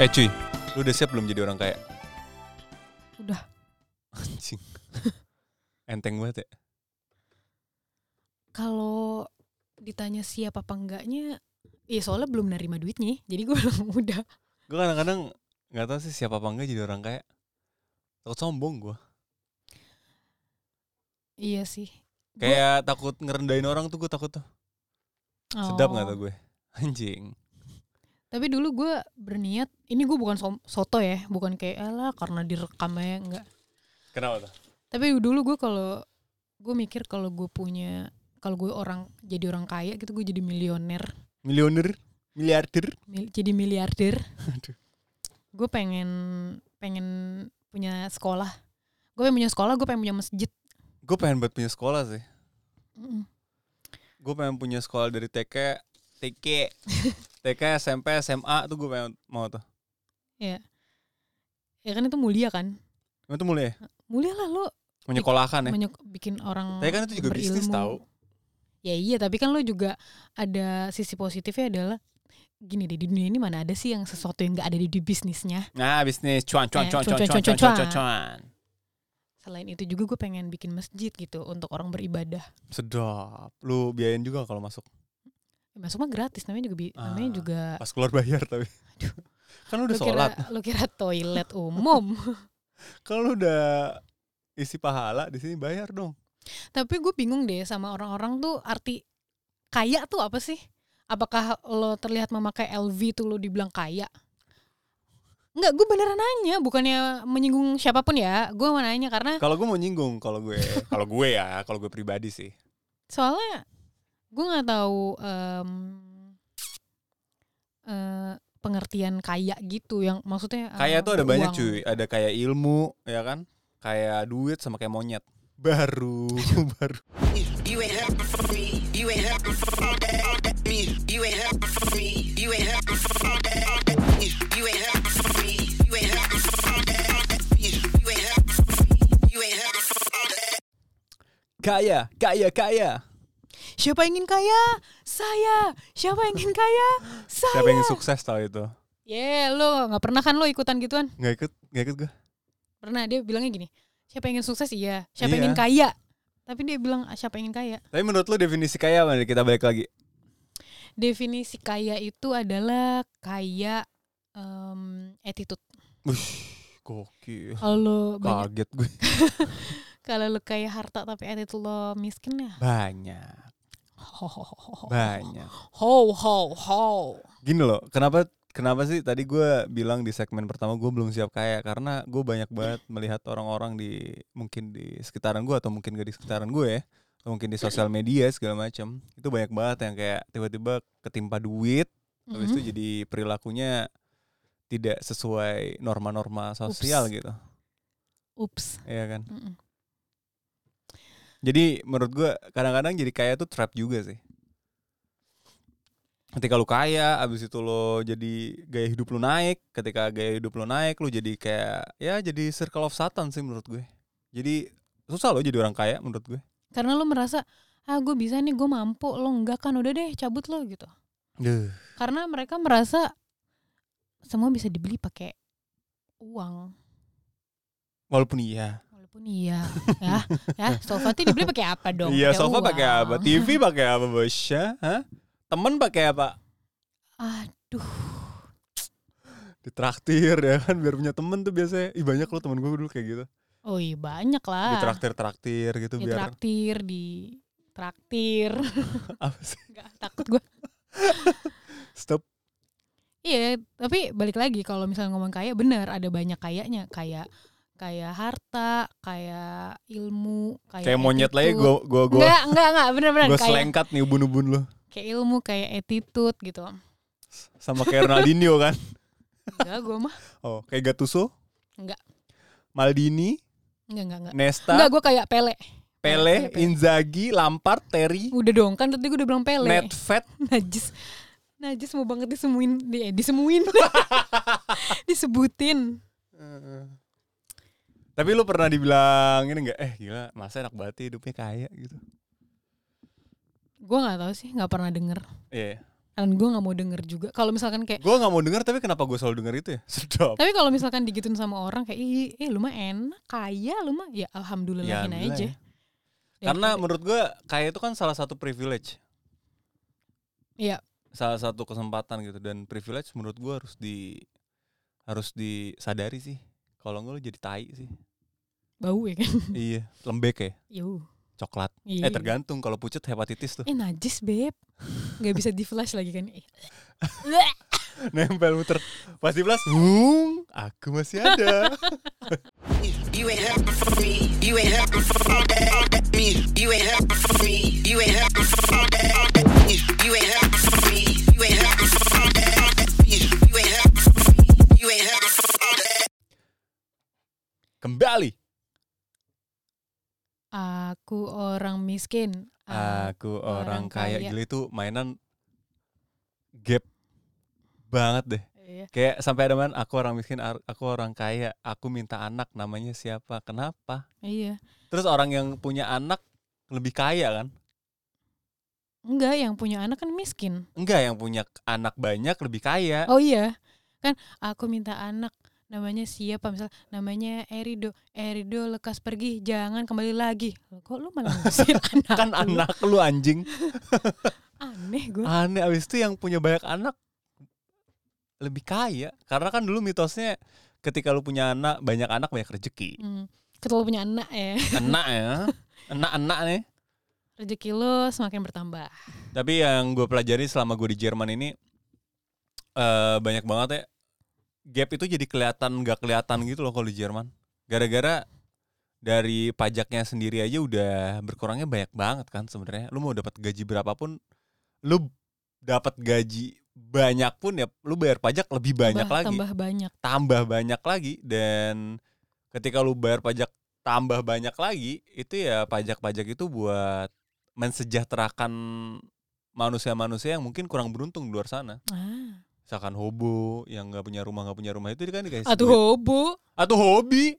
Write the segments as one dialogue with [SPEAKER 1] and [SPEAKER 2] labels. [SPEAKER 1] Eh cuy, lu udah siap belum jadi orang kaya?
[SPEAKER 2] Udah.
[SPEAKER 1] Anjing. Enteng banget ya.
[SPEAKER 2] Kalau ditanya siap apa enggaknya, ya soalnya belum nerima duitnya. ya, Jadi gue bilang udah.
[SPEAKER 1] Gue kadang-kadang nggak tahu sih siapa apa enggak jadi orang kaya. Takut sombong gue.
[SPEAKER 2] Iya sih.
[SPEAKER 1] Kayak takut ngerendahin orang tuh gue takut tuh. Sedap nggak tuh gue? Anjing.
[SPEAKER 2] Oh, Tapi dulu gue berniat, ini gue bukan som- soto ya, bukan kayak "Alah, karena direkam aja enggak.
[SPEAKER 1] Kenapa tuh?
[SPEAKER 2] Tapi dulu gue kalau gue mikir kalau gue punya kalau gue orang jadi orang kaya gitu gue jadi milioner,
[SPEAKER 1] Milioner, miliarder.
[SPEAKER 2] mil- jadi miliarder.
[SPEAKER 1] Aduh.
[SPEAKER 2] Gue pengen pengen punya sekolah. Gue pengen punya sekolah, gue pengen punya masjid.
[SPEAKER 1] Gue pengen buat punya sekolah sih.
[SPEAKER 2] Mm.
[SPEAKER 1] Gue pengen punya sekolah dari TK, TK, TK, SMP, SMA tuh gue pengen mau tuh.
[SPEAKER 2] Ya kan itu mulia kan?
[SPEAKER 1] Emang itu mulia ya?
[SPEAKER 2] Mulia lah lo
[SPEAKER 1] Menyekolahkan ya?
[SPEAKER 2] menyek- bikin orang
[SPEAKER 1] Tapi kan itu juga bisnis
[SPEAKER 2] berilmu.
[SPEAKER 1] tahu.
[SPEAKER 2] Ya iya, tapi kan lo juga ada sisi positifnya adalah gini deh di dunia ini mana ada sih yang sesuatu yang nggak ada di, di bisnisnya.
[SPEAKER 1] Nah, bisnis cuan cuan
[SPEAKER 2] Eh,
[SPEAKER 1] cuan cuan
[SPEAKER 2] cuan,
[SPEAKER 1] cuan
[SPEAKER 2] cuan,
[SPEAKER 1] cuan
[SPEAKER 2] cuan,
[SPEAKER 1] cuan cuan.
[SPEAKER 2] Selain itu juga gue pengen bikin masjid gitu untuk orang beribadah.
[SPEAKER 1] Sedap. Lu biayain juga kalau masuk.
[SPEAKER 2] Ya, Masuk mah gratis namanya juga bi-
[SPEAKER 1] Ah,
[SPEAKER 2] namanya juga
[SPEAKER 1] Pas keluar bayar tapi. kan lu
[SPEAKER 2] lo
[SPEAKER 1] udah sholat.
[SPEAKER 2] kira lo kira toilet umum.
[SPEAKER 1] Kan lu udah isi pahala di sini bayar dong.
[SPEAKER 2] tapi gue bingung deh sama orang-orang tuh arti kaya tuh apa sih? Apakah lo terlihat memakai LV tuh lo dibilang kaya? Enggak, gue beneran nanya, bukannya menyinggung siapapun ya. Gue mau nanya karena
[SPEAKER 1] Kalau gue mau nyinggung kalau gue kalau gue ya, kalau gue pribadi sih.
[SPEAKER 2] soalnya gue nggak tahu em, eh, pengertian kaya gitu yang maksudnya eh,
[SPEAKER 1] Kaya tuh ada banyak
[SPEAKER 2] uang.
[SPEAKER 1] cuy, ada kayak ilmu, ya kan? Kayak duit sama kayak monyet. Baru baru.
[SPEAKER 3] You ain't happy for me. You ain't happy for that. Me. You ain't happy for me. You ain't happy for that. Me. You ain't happy for me. You ain't happy for that. Me. You ain't happy for me. You ain't happy for that.
[SPEAKER 1] Kaya, kaya, kaya.
[SPEAKER 2] Siapa yang ingin kaya? Saya. Siapa yang ingin kaya? Saya.
[SPEAKER 1] Siapa yang sukses tau itu?
[SPEAKER 2] Yeah, lo nggak pernah kan lo ikutan gituan?
[SPEAKER 1] Nggak ikut, nggak ikut gue.
[SPEAKER 2] Pernah dia bilangnya gini, siapa yang ingin sukses? Iya. Siapa
[SPEAKER 1] Iya.
[SPEAKER 2] yang ingin kaya? Tapi dia bilang "Ah, siapa yang ingin kaya?
[SPEAKER 1] Tapi menurut lu definisi kaya mana? Kita balik lagi.
[SPEAKER 2] Definisi kaya itu adalah kaya em, attitude.
[SPEAKER 1] Gokil.
[SPEAKER 2] Kalau lo banyak-
[SPEAKER 1] Kaget gue.
[SPEAKER 2] kalau lo kaya harta tapi attitude lo miskin ya.
[SPEAKER 1] Banyak,
[SPEAKER 2] Ho ho ho ho.
[SPEAKER 1] banyak.
[SPEAKER 2] Ho ho ho.
[SPEAKER 1] Gini loh, kenapa kenapa sih tadi gue bilang di segmen pertama gue belum siap kaya karena gue banyak banget melihat orang-orang di mungkin di sekitaran gue atau mungkin gak di sekitaran gue ya, atau mungkin di sosial media segala macam itu banyak banget yang kayak tiba-tiba ketimpa duit, habis itu
[SPEAKER 2] Mhm.
[SPEAKER 1] jadi perilakunya tidak sesuai norma-norma sosial
[SPEAKER 2] Ups.
[SPEAKER 1] gitu,
[SPEAKER 2] Ups.
[SPEAKER 1] ya kan?
[SPEAKER 2] Mm-mm.
[SPEAKER 1] Jadi menurut gua kadang-kadang jadi kaya tuh trap juga sih. Ketika lu kaya, abis itu lo jadi gaya hidup lu naik. Ketika gaya hidup lu naik, lu jadi kayak ya jadi circle of satan sih menurut gue. Jadi susah lo jadi orang kaya menurut gue.
[SPEAKER 2] Karena lo merasa ah gue bisa nih gue mampu lo enggak kan udah deh cabut lo gitu. Karena mereka merasa semua bisa dibeli pakai uang.
[SPEAKER 1] Walaupun iya.
[SPEAKER 2] Walaupun iya, ya, ya. Sofa tuh dibeli pakai apa dong?
[SPEAKER 1] iya,
[SPEAKER 2] Pakai
[SPEAKER 1] sofa
[SPEAKER 2] uang.
[SPEAKER 1] pakai apa? TV pakai apa, Bosya? Hah? Temen pakai apa?
[SPEAKER 2] Aduh,
[SPEAKER 1] Ditraktir ya kan biar punya temen tuh biasanya. Ih banyak lo temen gue dulu kayak gitu.
[SPEAKER 2] oh iya banyak lah.
[SPEAKER 1] Ditraktir-traktir gitu
[SPEAKER 2] Di
[SPEAKER 1] biar
[SPEAKER 2] traktir, di traktir.
[SPEAKER 1] apa sih?
[SPEAKER 2] Nggak, takut gue.
[SPEAKER 1] Stop.
[SPEAKER 2] Iya, tapi balik lagi kalau misalnya ngomong kaya, bener ada banyak kayaknya, kayak kayak harta, kayak ilmu, kayak
[SPEAKER 1] Kayak monyet lagi
[SPEAKER 2] attitude.
[SPEAKER 1] gue gue gue
[SPEAKER 2] Enggak, enggak, enggak, bener-bener
[SPEAKER 1] gue
[SPEAKER 2] kayak,
[SPEAKER 1] selengkat nih ubun-ubun lo
[SPEAKER 2] kayak ilmu, kayak attitude gitu.
[SPEAKER 1] sama kayak Ronaldinho kan
[SPEAKER 2] Enggak, gue mah
[SPEAKER 1] oh kayak Gattuso
[SPEAKER 2] Enggak.
[SPEAKER 1] Maldini
[SPEAKER 2] enggak, enggak, enggak.
[SPEAKER 1] Nesta
[SPEAKER 2] Enggak, gue kayak pele.
[SPEAKER 1] Pele,
[SPEAKER 2] Pele.
[SPEAKER 1] Inzaghi Lampard Terry
[SPEAKER 2] Udah dong, kan tadi gue udah bilang pele.
[SPEAKER 1] Nedved
[SPEAKER 2] najis najis mau banget disemuin di eh, disemuin disebutin
[SPEAKER 1] tapi lu pernah dibilang ini enggak eh gila masa enak banget sih hidupnya kaya gitu
[SPEAKER 2] gue nggak tahu sih nggak pernah denger
[SPEAKER 1] iya
[SPEAKER 2] dan gue nggak mau denger juga kalau misalkan kayak
[SPEAKER 1] Gue nggak mau denger tapi kenapa gue selalu denger itu ya? Sedap.
[SPEAKER 2] tapi kalau misalkan digituin sama orang kayak ih eh, lu mah enak kaya lu mah ya alhamdulillahin
[SPEAKER 1] alhamdulillah
[SPEAKER 2] aja
[SPEAKER 1] ya. Karena
[SPEAKER 2] Ya,
[SPEAKER 1] menurut gue kaya itu kan salah satu privilege.
[SPEAKER 2] Iya.
[SPEAKER 1] Salah satu kesempatan gitu dan privilege menurut gue harus di harus disadari sih. Kalau enggak lu jadi tai sih.
[SPEAKER 2] bau ya kan
[SPEAKER 1] iya, lembek ya,
[SPEAKER 2] Yo.
[SPEAKER 1] coklat. Eh
[SPEAKER 2] Iya.
[SPEAKER 1] tergantung kalau pucet hepatitis tuh.
[SPEAKER 2] eh najis beb nggak bisa di flash lagi kan Eh.
[SPEAKER 1] Nempel muter. Pasti belas, "Hung, aku masih ada."
[SPEAKER 3] You ain't happy for me. You ain't happy for all that, all that me. You ain't happy for me. You ain't happy for all that, all that me. You ain't happy for me. You ain't happy for all that, all that me. You ain't happy for me. You ain't happy for all that.
[SPEAKER 1] Kembali.
[SPEAKER 2] aku orang miskin Ah,
[SPEAKER 1] Aku orang
[SPEAKER 2] orang
[SPEAKER 1] kaya.
[SPEAKER 2] kaya.
[SPEAKER 1] Gila itu mainan gap banget deh.
[SPEAKER 2] iya.
[SPEAKER 1] Kayak sampai ada man, aku orang miskin, ar- aku orang kaya, aku minta anak namanya siapa, kenapa?
[SPEAKER 2] iya
[SPEAKER 1] Terus orang yang punya anak lebih kaya kan?
[SPEAKER 2] enggak yang punya anak kan miskin
[SPEAKER 1] Enggak, yang punya k- anak banyak lebih kaya.
[SPEAKER 2] oh iya kan aku minta anak namanya siapa misal namanya Erido Erido lekas pergi jangan kembali lagi Loh, kok lu malah ngusir anak
[SPEAKER 1] Kan
[SPEAKER 2] lu?
[SPEAKER 1] anak lu anjing.
[SPEAKER 2] aneh gue
[SPEAKER 1] Aneh abis itu yang punya banyak anak lebih kaya. Karena kan dulu mitosnya ketika lu punya anak, banyak anak banyak rezeki.
[SPEAKER 2] hmm. ketua punya anak ya
[SPEAKER 1] Enak ya. Enak-enak nih.
[SPEAKER 2] rezeki lo semakin bertambah
[SPEAKER 1] Tapi yang gue pelajari selama gue di Jerman ini eh banyak banget ya gap itu jadi kelihatan nggak kelihatan gitu loh kalau di Jerman. Gara-gara dari pajaknya sendiri aja udah berkurangnya banyak banget kan sebenarnya. Lu mau dapat gaji berapapun, lu dapat gaji banyak pun ya lu bayar pajak lebih banyak
[SPEAKER 2] tambah,
[SPEAKER 1] lagi
[SPEAKER 2] tambah banyak
[SPEAKER 1] tambah banyak lagi dan ketika lu bayar pajak tambah banyak lagi itu ya pajak-pajak itu buat mensejahterakan manusia-manusia yang mungkin kurang beruntung di luar sana
[SPEAKER 2] ah
[SPEAKER 1] misalkan hobo yang nggak punya rumah nggak punya rumah itu kan dikasih
[SPEAKER 2] atuh
[SPEAKER 1] duit.
[SPEAKER 2] hobo
[SPEAKER 1] atau hobi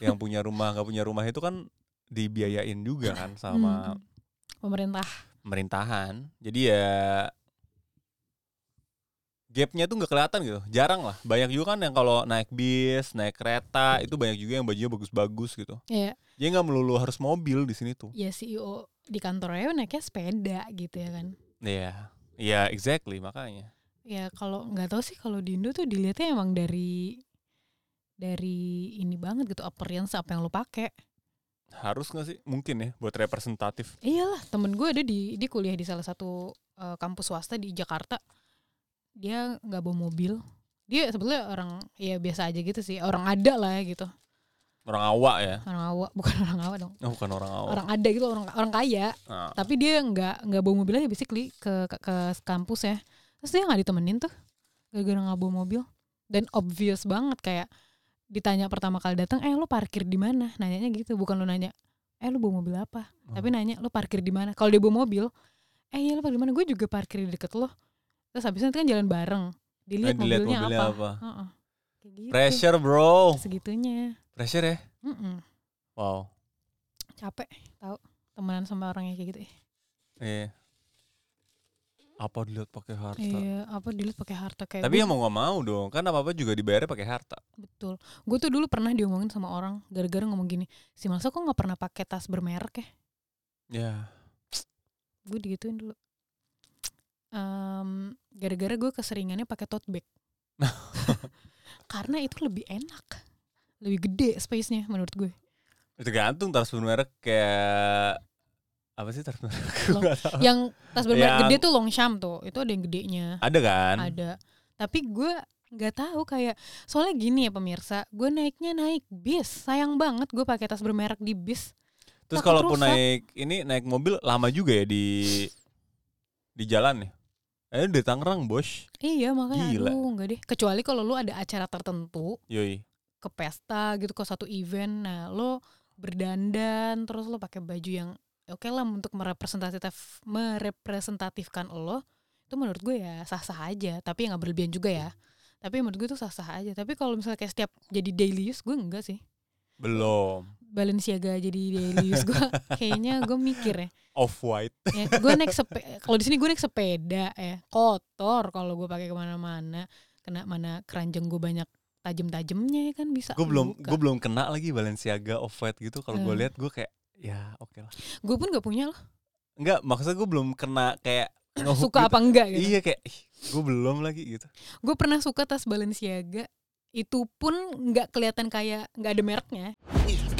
[SPEAKER 1] yang punya rumah nggak punya rumah itu kan dibiayain juga kan sama
[SPEAKER 2] Hmm. pemerintah
[SPEAKER 1] pemerintahan jadi ya gapnya tuh nggak kelihatan gitu jarang lah banyak juga kan yang kalau naik bis naik kereta itu banyak juga yang bajunya bagus-bagus gitu
[SPEAKER 2] ya
[SPEAKER 1] jadi nggak melulu harus mobil di sini tuh
[SPEAKER 2] ya CEO di kantornya naiknya sepeda gitu ya kan
[SPEAKER 1] iya iya exactly makanya
[SPEAKER 2] ya kalau nggak tahu sih kalau di Indo tuh dilihatnya emang dari dari ini banget gitu appearance apa yang lo pakai
[SPEAKER 1] harus nggak sih mungkin ya buat representatif
[SPEAKER 2] iyalah temen gue ada di di kuliah di salah satu eh, kampus swasta di Jakarta dia nggak bawa mobil dia sebetulnya orang ya biasa aja gitu sih orang ada lah ya gitu
[SPEAKER 1] orang awak ya
[SPEAKER 2] orang awa bukan orang awa dong
[SPEAKER 1] oh, bukan orang awak
[SPEAKER 2] orang ada gitu orang orang kaya
[SPEAKER 1] Nah,
[SPEAKER 2] tapi dia nggak nggak bawa mobil aja basically ke ke, ke kampus ya terus dia nggak ditemenin tuh gara-gara nggak bawa mobil dan obvious banget kayak ditanya pertama kali datang eh lu parkir di mana nanyanya gitu bukan lu nanya eh lu bawa mobil apa
[SPEAKER 1] Hmm.
[SPEAKER 2] tapi nanya lu parkir di mana kalau dia bawa mobil eh iya lu parkir di mana gue juga parkir di deket lo terus habis itu nanti kan jalan bareng dilihat,
[SPEAKER 1] Nah, dilihat
[SPEAKER 2] mobilnya,
[SPEAKER 1] mobilnya
[SPEAKER 2] apa,
[SPEAKER 1] apa.
[SPEAKER 2] Heeh. Kayak gitu.
[SPEAKER 1] pressure bro
[SPEAKER 2] segitunya
[SPEAKER 1] pressure ya
[SPEAKER 2] Mm-mm.
[SPEAKER 1] wow
[SPEAKER 2] capek tahu temenan sama orang yang kayak gitu
[SPEAKER 1] iya apa dilihat pakai harta
[SPEAKER 2] iya apa dilihat pakai harta kayak
[SPEAKER 1] tapi
[SPEAKER 2] gua-
[SPEAKER 1] ya mau nggak mau dong kan apa apa juga dibayar pakai harta
[SPEAKER 2] Betul. Gue tuh dulu pernah diomongin sama orang gara-gara ngomong gini, si Malsa kok nggak pernah pakai tas bermerek ya?
[SPEAKER 1] ya
[SPEAKER 2] Gue digituin dulu. Em, gara-gara gue keseringannya pakai tote bag. Karena itu lebih enak, lebih gede space-nya menurut gue.
[SPEAKER 1] Tergantung tas bermerek kayak apa sih tas bermerek? Gua
[SPEAKER 2] Long-
[SPEAKER 1] nggak tahu.
[SPEAKER 2] Yang tas bermerek
[SPEAKER 1] Yang-
[SPEAKER 2] gede tuh Longchamp tuh, itu ada yang gedenya.
[SPEAKER 1] Ada kan?
[SPEAKER 2] ada tapi gue nggak tahu kayak soalnya gini ya pemirsa gue naiknya naik bis sayang banget gue pakai tas bermerek di bis
[SPEAKER 1] Terus
[SPEAKER 2] takut
[SPEAKER 1] kalaupun
[SPEAKER 2] rusak.
[SPEAKER 1] naik ini naik mobil lama juga ya di di jalan ya. Eh di Tangerang, Bos.
[SPEAKER 2] iya makanya
[SPEAKER 1] Gila.
[SPEAKER 2] aduh nggak deh kecuali kalau lu ada acara tertentu
[SPEAKER 1] Yoi.
[SPEAKER 2] ke pesta gitu ke satu event nah lo berdandan terus lo pakai baju yang ya oke lah untuk merepresentatif merepresentatifkan lo itu menurut gue ya sah sah aja tapi ya nggak berlebihan juga ya tapi menurut gue itu sah sah aja tapi kalau misalnya kayak setiap jadi daily use gue enggak sih
[SPEAKER 1] Belum.
[SPEAKER 2] Balenciaga jadi daily use gue kayaknya gue mikir ya,
[SPEAKER 1] off white
[SPEAKER 2] ya gue naik sepe kalau di sini gue naik sepeda ya kotor kalau gue pakai kemana-mana kena mana keranjang gue banyak tajem-tajemnya ya kan bisa
[SPEAKER 1] gue belum
[SPEAKER 2] luka.
[SPEAKER 1] gue belum kena lagi Balenciaga off white gitu kalau gue
[SPEAKER 2] Hmm.
[SPEAKER 1] lihat gue kayak ya oke lah
[SPEAKER 2] gue pun gak punya loh
[SPEAKER 1] enggak maksudnya gue belum kena kayak ngehook
[SPEAKER 2] suka
[SPEAKER 1] gitu.
[SPEAKER 2] apa enggak gitu
[SPEAKER 1] iya kayak gue belum lagi gitu
[SPEAKER 2] gue pernah suka tas Balenciaga itu pun nggak kelihatan kayak nggak ada mereknya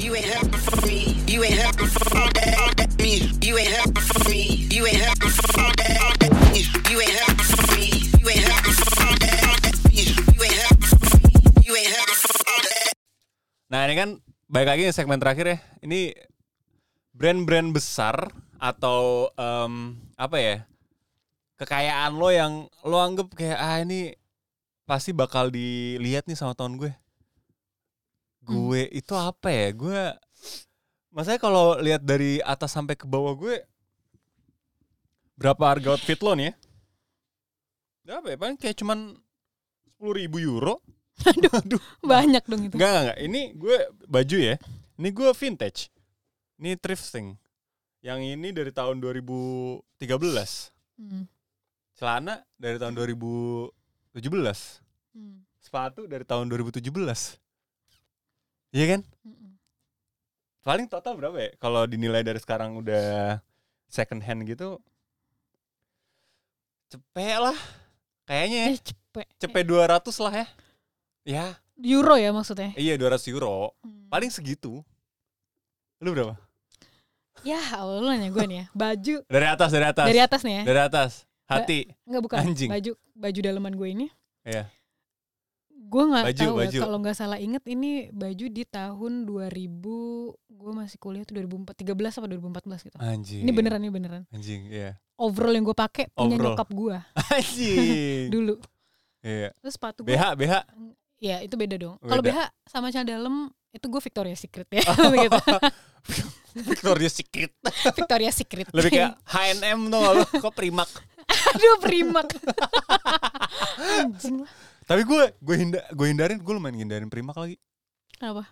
[SPEAKER 3] You ain't helping for me. You ain't helping for all that, all that me. You ain't helping for me. You ain't helping for all that, all that me. You ain't helping for me. You ain't helping for all that, all that me. You ain't helping for me. You ain't helping for all that.
[SPEAKER 1] nah ini kan baik lagi nih segmen terakhir ya ini brand-brand besar atau em, apa ya kekayaan lo yang lo anggap kayak ah ini pasti bakal dilihat nih sama tahun gue gue itu apa ya gue maksudnya kalau lihat dari atas sampai ke bawah gue berapa harga outfit lo nih ya berapa ya paling kayak cuman sepuluh ribu euro aduh
[SPEAKER 2] banyak dong itu
[SPEAKER 1] Enggak, enggak, enggak. Ini gue baju ya. Ini gue vintage. Ini thrifting. Yang ini dari tahun 2013.
[SPEAKER 2] Hmm,
[SPEAKER 1] Celana dari tahun 2017.
[SPEAKER 2] hmm,
[SPEAKER 1] Sepatu dari tahun 2017. Iya kan?
[SPEAKER 2] hmm.
[SPEAKER 1] Paling total berapa ya? Kalau dinilai dari sekarang udah second hand gitu. Cepet lah. Kayaknya ya.
[SPEAKER 2] eh cepet
[SPEAKER 1] Cepet 200 lah ya. Ya,
[SPEAKER 2] euro ya maksudnya
[SPEAKER 1] iya 200 euro.
[SPEAKER 2] Hmm.
[SPEAKER 1] Paling segitu. Lu berapa?
[SPEAKER 2] ya Allah lu nanya gue nih ya baju
[SPEAKER 1] Dari atas, dari atas.
[SPEAKER 2] dari atas nih ya
[SPEAKER 1] Dari atas. Hati.
[SPEAKER 2] nggak bukan
[SPEAKER 1] Anjing.
[SPEAKER 2] baju baju dalaman gue ini
[SPEAKER 1] Iya.
[SPEAKER 2] gue nggak
[SPEAKER 1] Baju,
[SPEAKER 2] tahu ya,
[SPEAKER 1] baju.
[SPEAKER 2] kalau nggak salah inget ini baju di tahun 2000 gue masih kuliah tuh 2014 apa 2014 gitu
[SPEAKER 1] Anjing.
[SPEAKER 2] ini beneran ini beneran
[SPEAKER 1] Anjing, iya.
[SPEAKER 2] overall yang gue pakai punya
[SPEAKER 1] Overall.
[SPEAKER 2] nyokap gue
[SPEAKER 1] Anjing.
[SPEAKER 2] dulu
[SPEAKER 1] Iya.
[SPEAKER 2] terus sepatu gue
[SPEAKER 1] BH, BH.
[SPEAKER 2] Ya itu beda dong. Kalau
[SPEAKER 1] Oh,
[SPEAKER 2] BH
[SPEAKER 1] Beda. Oh.
[SPEAKER 2] sama celana dalam itu gue Victoria Secret ya, begitu.
[SPEAKER 1] Victoria's Secret.
[SPEAKER 2] Victoria Secret.
[SPEAKER 1] Lebih kayak H&M tuh nggak lu, kok primak.
[SPEAKER 2] aduh primak. Anjing lah.
[SPEAKER 1] Tapi gue gue hinda, gue hindarin, gue lumayan hindarin primak lagi.
[SPEAKER 2] Apa?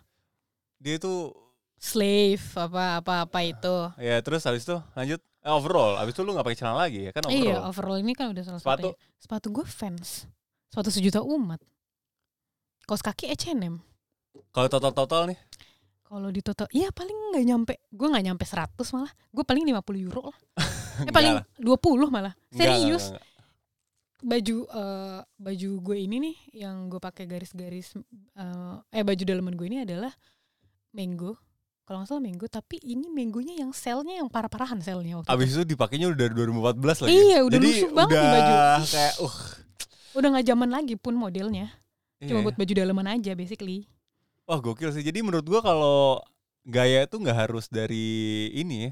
[SPEAKER 1] Dia itu
[SPEAKER 2] Slave apa apa apa itu.
[SPEAKER 1] ya terus habis itu lanjut eh, overall. Habis itu lu nggak pakai celana lagi ya kan
[SPEAKER 2] Iya,
[SPEAKER 1] overall.
[SPEAKER 2] overall ini kan udah salah
[SPEAKER 1] Sepatu?
[SPEAKER 2] satunya. Sepatu gue fans. Sepatu sejuta umat. Kaos kaki H&M.
[SPEAKER 1] Kalau total-total nih
[SPEAKER 2] Kalau di total, iya paling nggak nyampe. Gue nggak nyampe 100 malah. Gue paling 50 euro lah. Eh paling 20
[SPEAKER 1] Enggak lah,
[SPEAKER 2] malah. Serius.
[SPEAKER 1] enggak,
[SPEAKER 2] baju eh, baju gue ini nih yang gue pakai garis-garis eh, eh baju dalaman gue ini adalah mango kalau nggak salah mango tapi ini manggonya yang selnya yang parah-parahan selnya
[SPEAKER 1] enggak.
[SPEAKER 2] waktu
[SPEAKER 1] Abis itu dipakainya udah dari 2014 lagi.
[SPEAKER 2] Iya, udah
[SPEAKER 1] Jadi
[SPEAKER 2] lusuh banget nih
[SPEAKER 1] udah
[SPEAKER 2] baju.
[SPEAKER 1] kayak uh.
[SPEAKER 2] itu. udah nggak zaman lagi pun modelnya
[SPEAKER 1] iya.
[SPEAKER 2] cuma buat baju dalaman aja basically
[SPEAKER 1] Wah gokil sih. Jadi menurut gua kalau gaya itu nggak harus dari ini ya,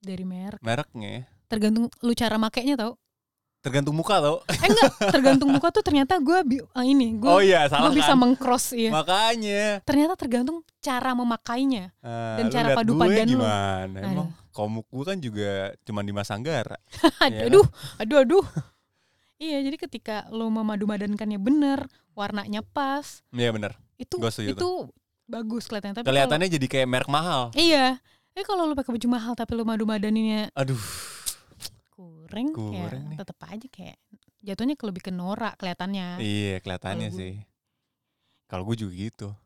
[SPEAKER 2] dari merek
[SPEAKER 1] mereknya ya.
[SPEAKER 2] tergantung lu cara makainya tau
[SPEAKER 1] Tergantung muka tau.
[SPEAKER 2] eh enggak tergantung muka tuh ternyata gue bi- ah, ini gue
[SPEAKER 1] oh iya salah kan.
[SPEAKER 2] bisa mengcross iya
[SPEAKER 1] Makanya.
[SPEAKER 2] ternyata tergantung cara memakainya
[SPEAKER 1] Ah,
[SPEAKER 2] Dan
[SPEAKER 1] lu
[SPEAKER 2] cara
[SPEAKER 1] liat
[SPEAKER 2] padu
[SPEAKER 1] gue
[SPEAKER 2] pandan lu.
[SPEAKER 1] gimana?
[SPEAKER 2] Aduh.
[SPEAKER 1] Emang komuk gua kan juga cuman di Masanggara. Iya.
[SPEAKER 2] aduh, aduh, aduh. iya, jadi ketika lo memadu-madankannya bener, warnanya pas,
[SPEAKER 1] Iya bener.
[SPEAKER 2] itu
[SPEAKER 1] Gua setuju
[SPEAKER 2] itu bagus kelihatannya. Tapi kalau-
[SPEAKER 1] Kelihatannya jadi kayak merek mahal.
[SPEAKER 2] iya. Tapi kalau lo pakai baju mahal tapi lo madu-madaninnya
[SPEAKER 1] Aduh.
[SPEAKER 2] kurang,
[SPEAKER 1] Kurang nih.
[SPEAKER 2] ya tetap aja kayak jatuhnya ke lebih ke norak kelihatannya.
[SPEAKER 1] Iya kelihatannya
[SPEAKER 2] Kalau gua-
[SPEAKER 1] sih. Kalau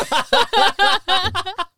[SPEAKER 1] gua juga gitu.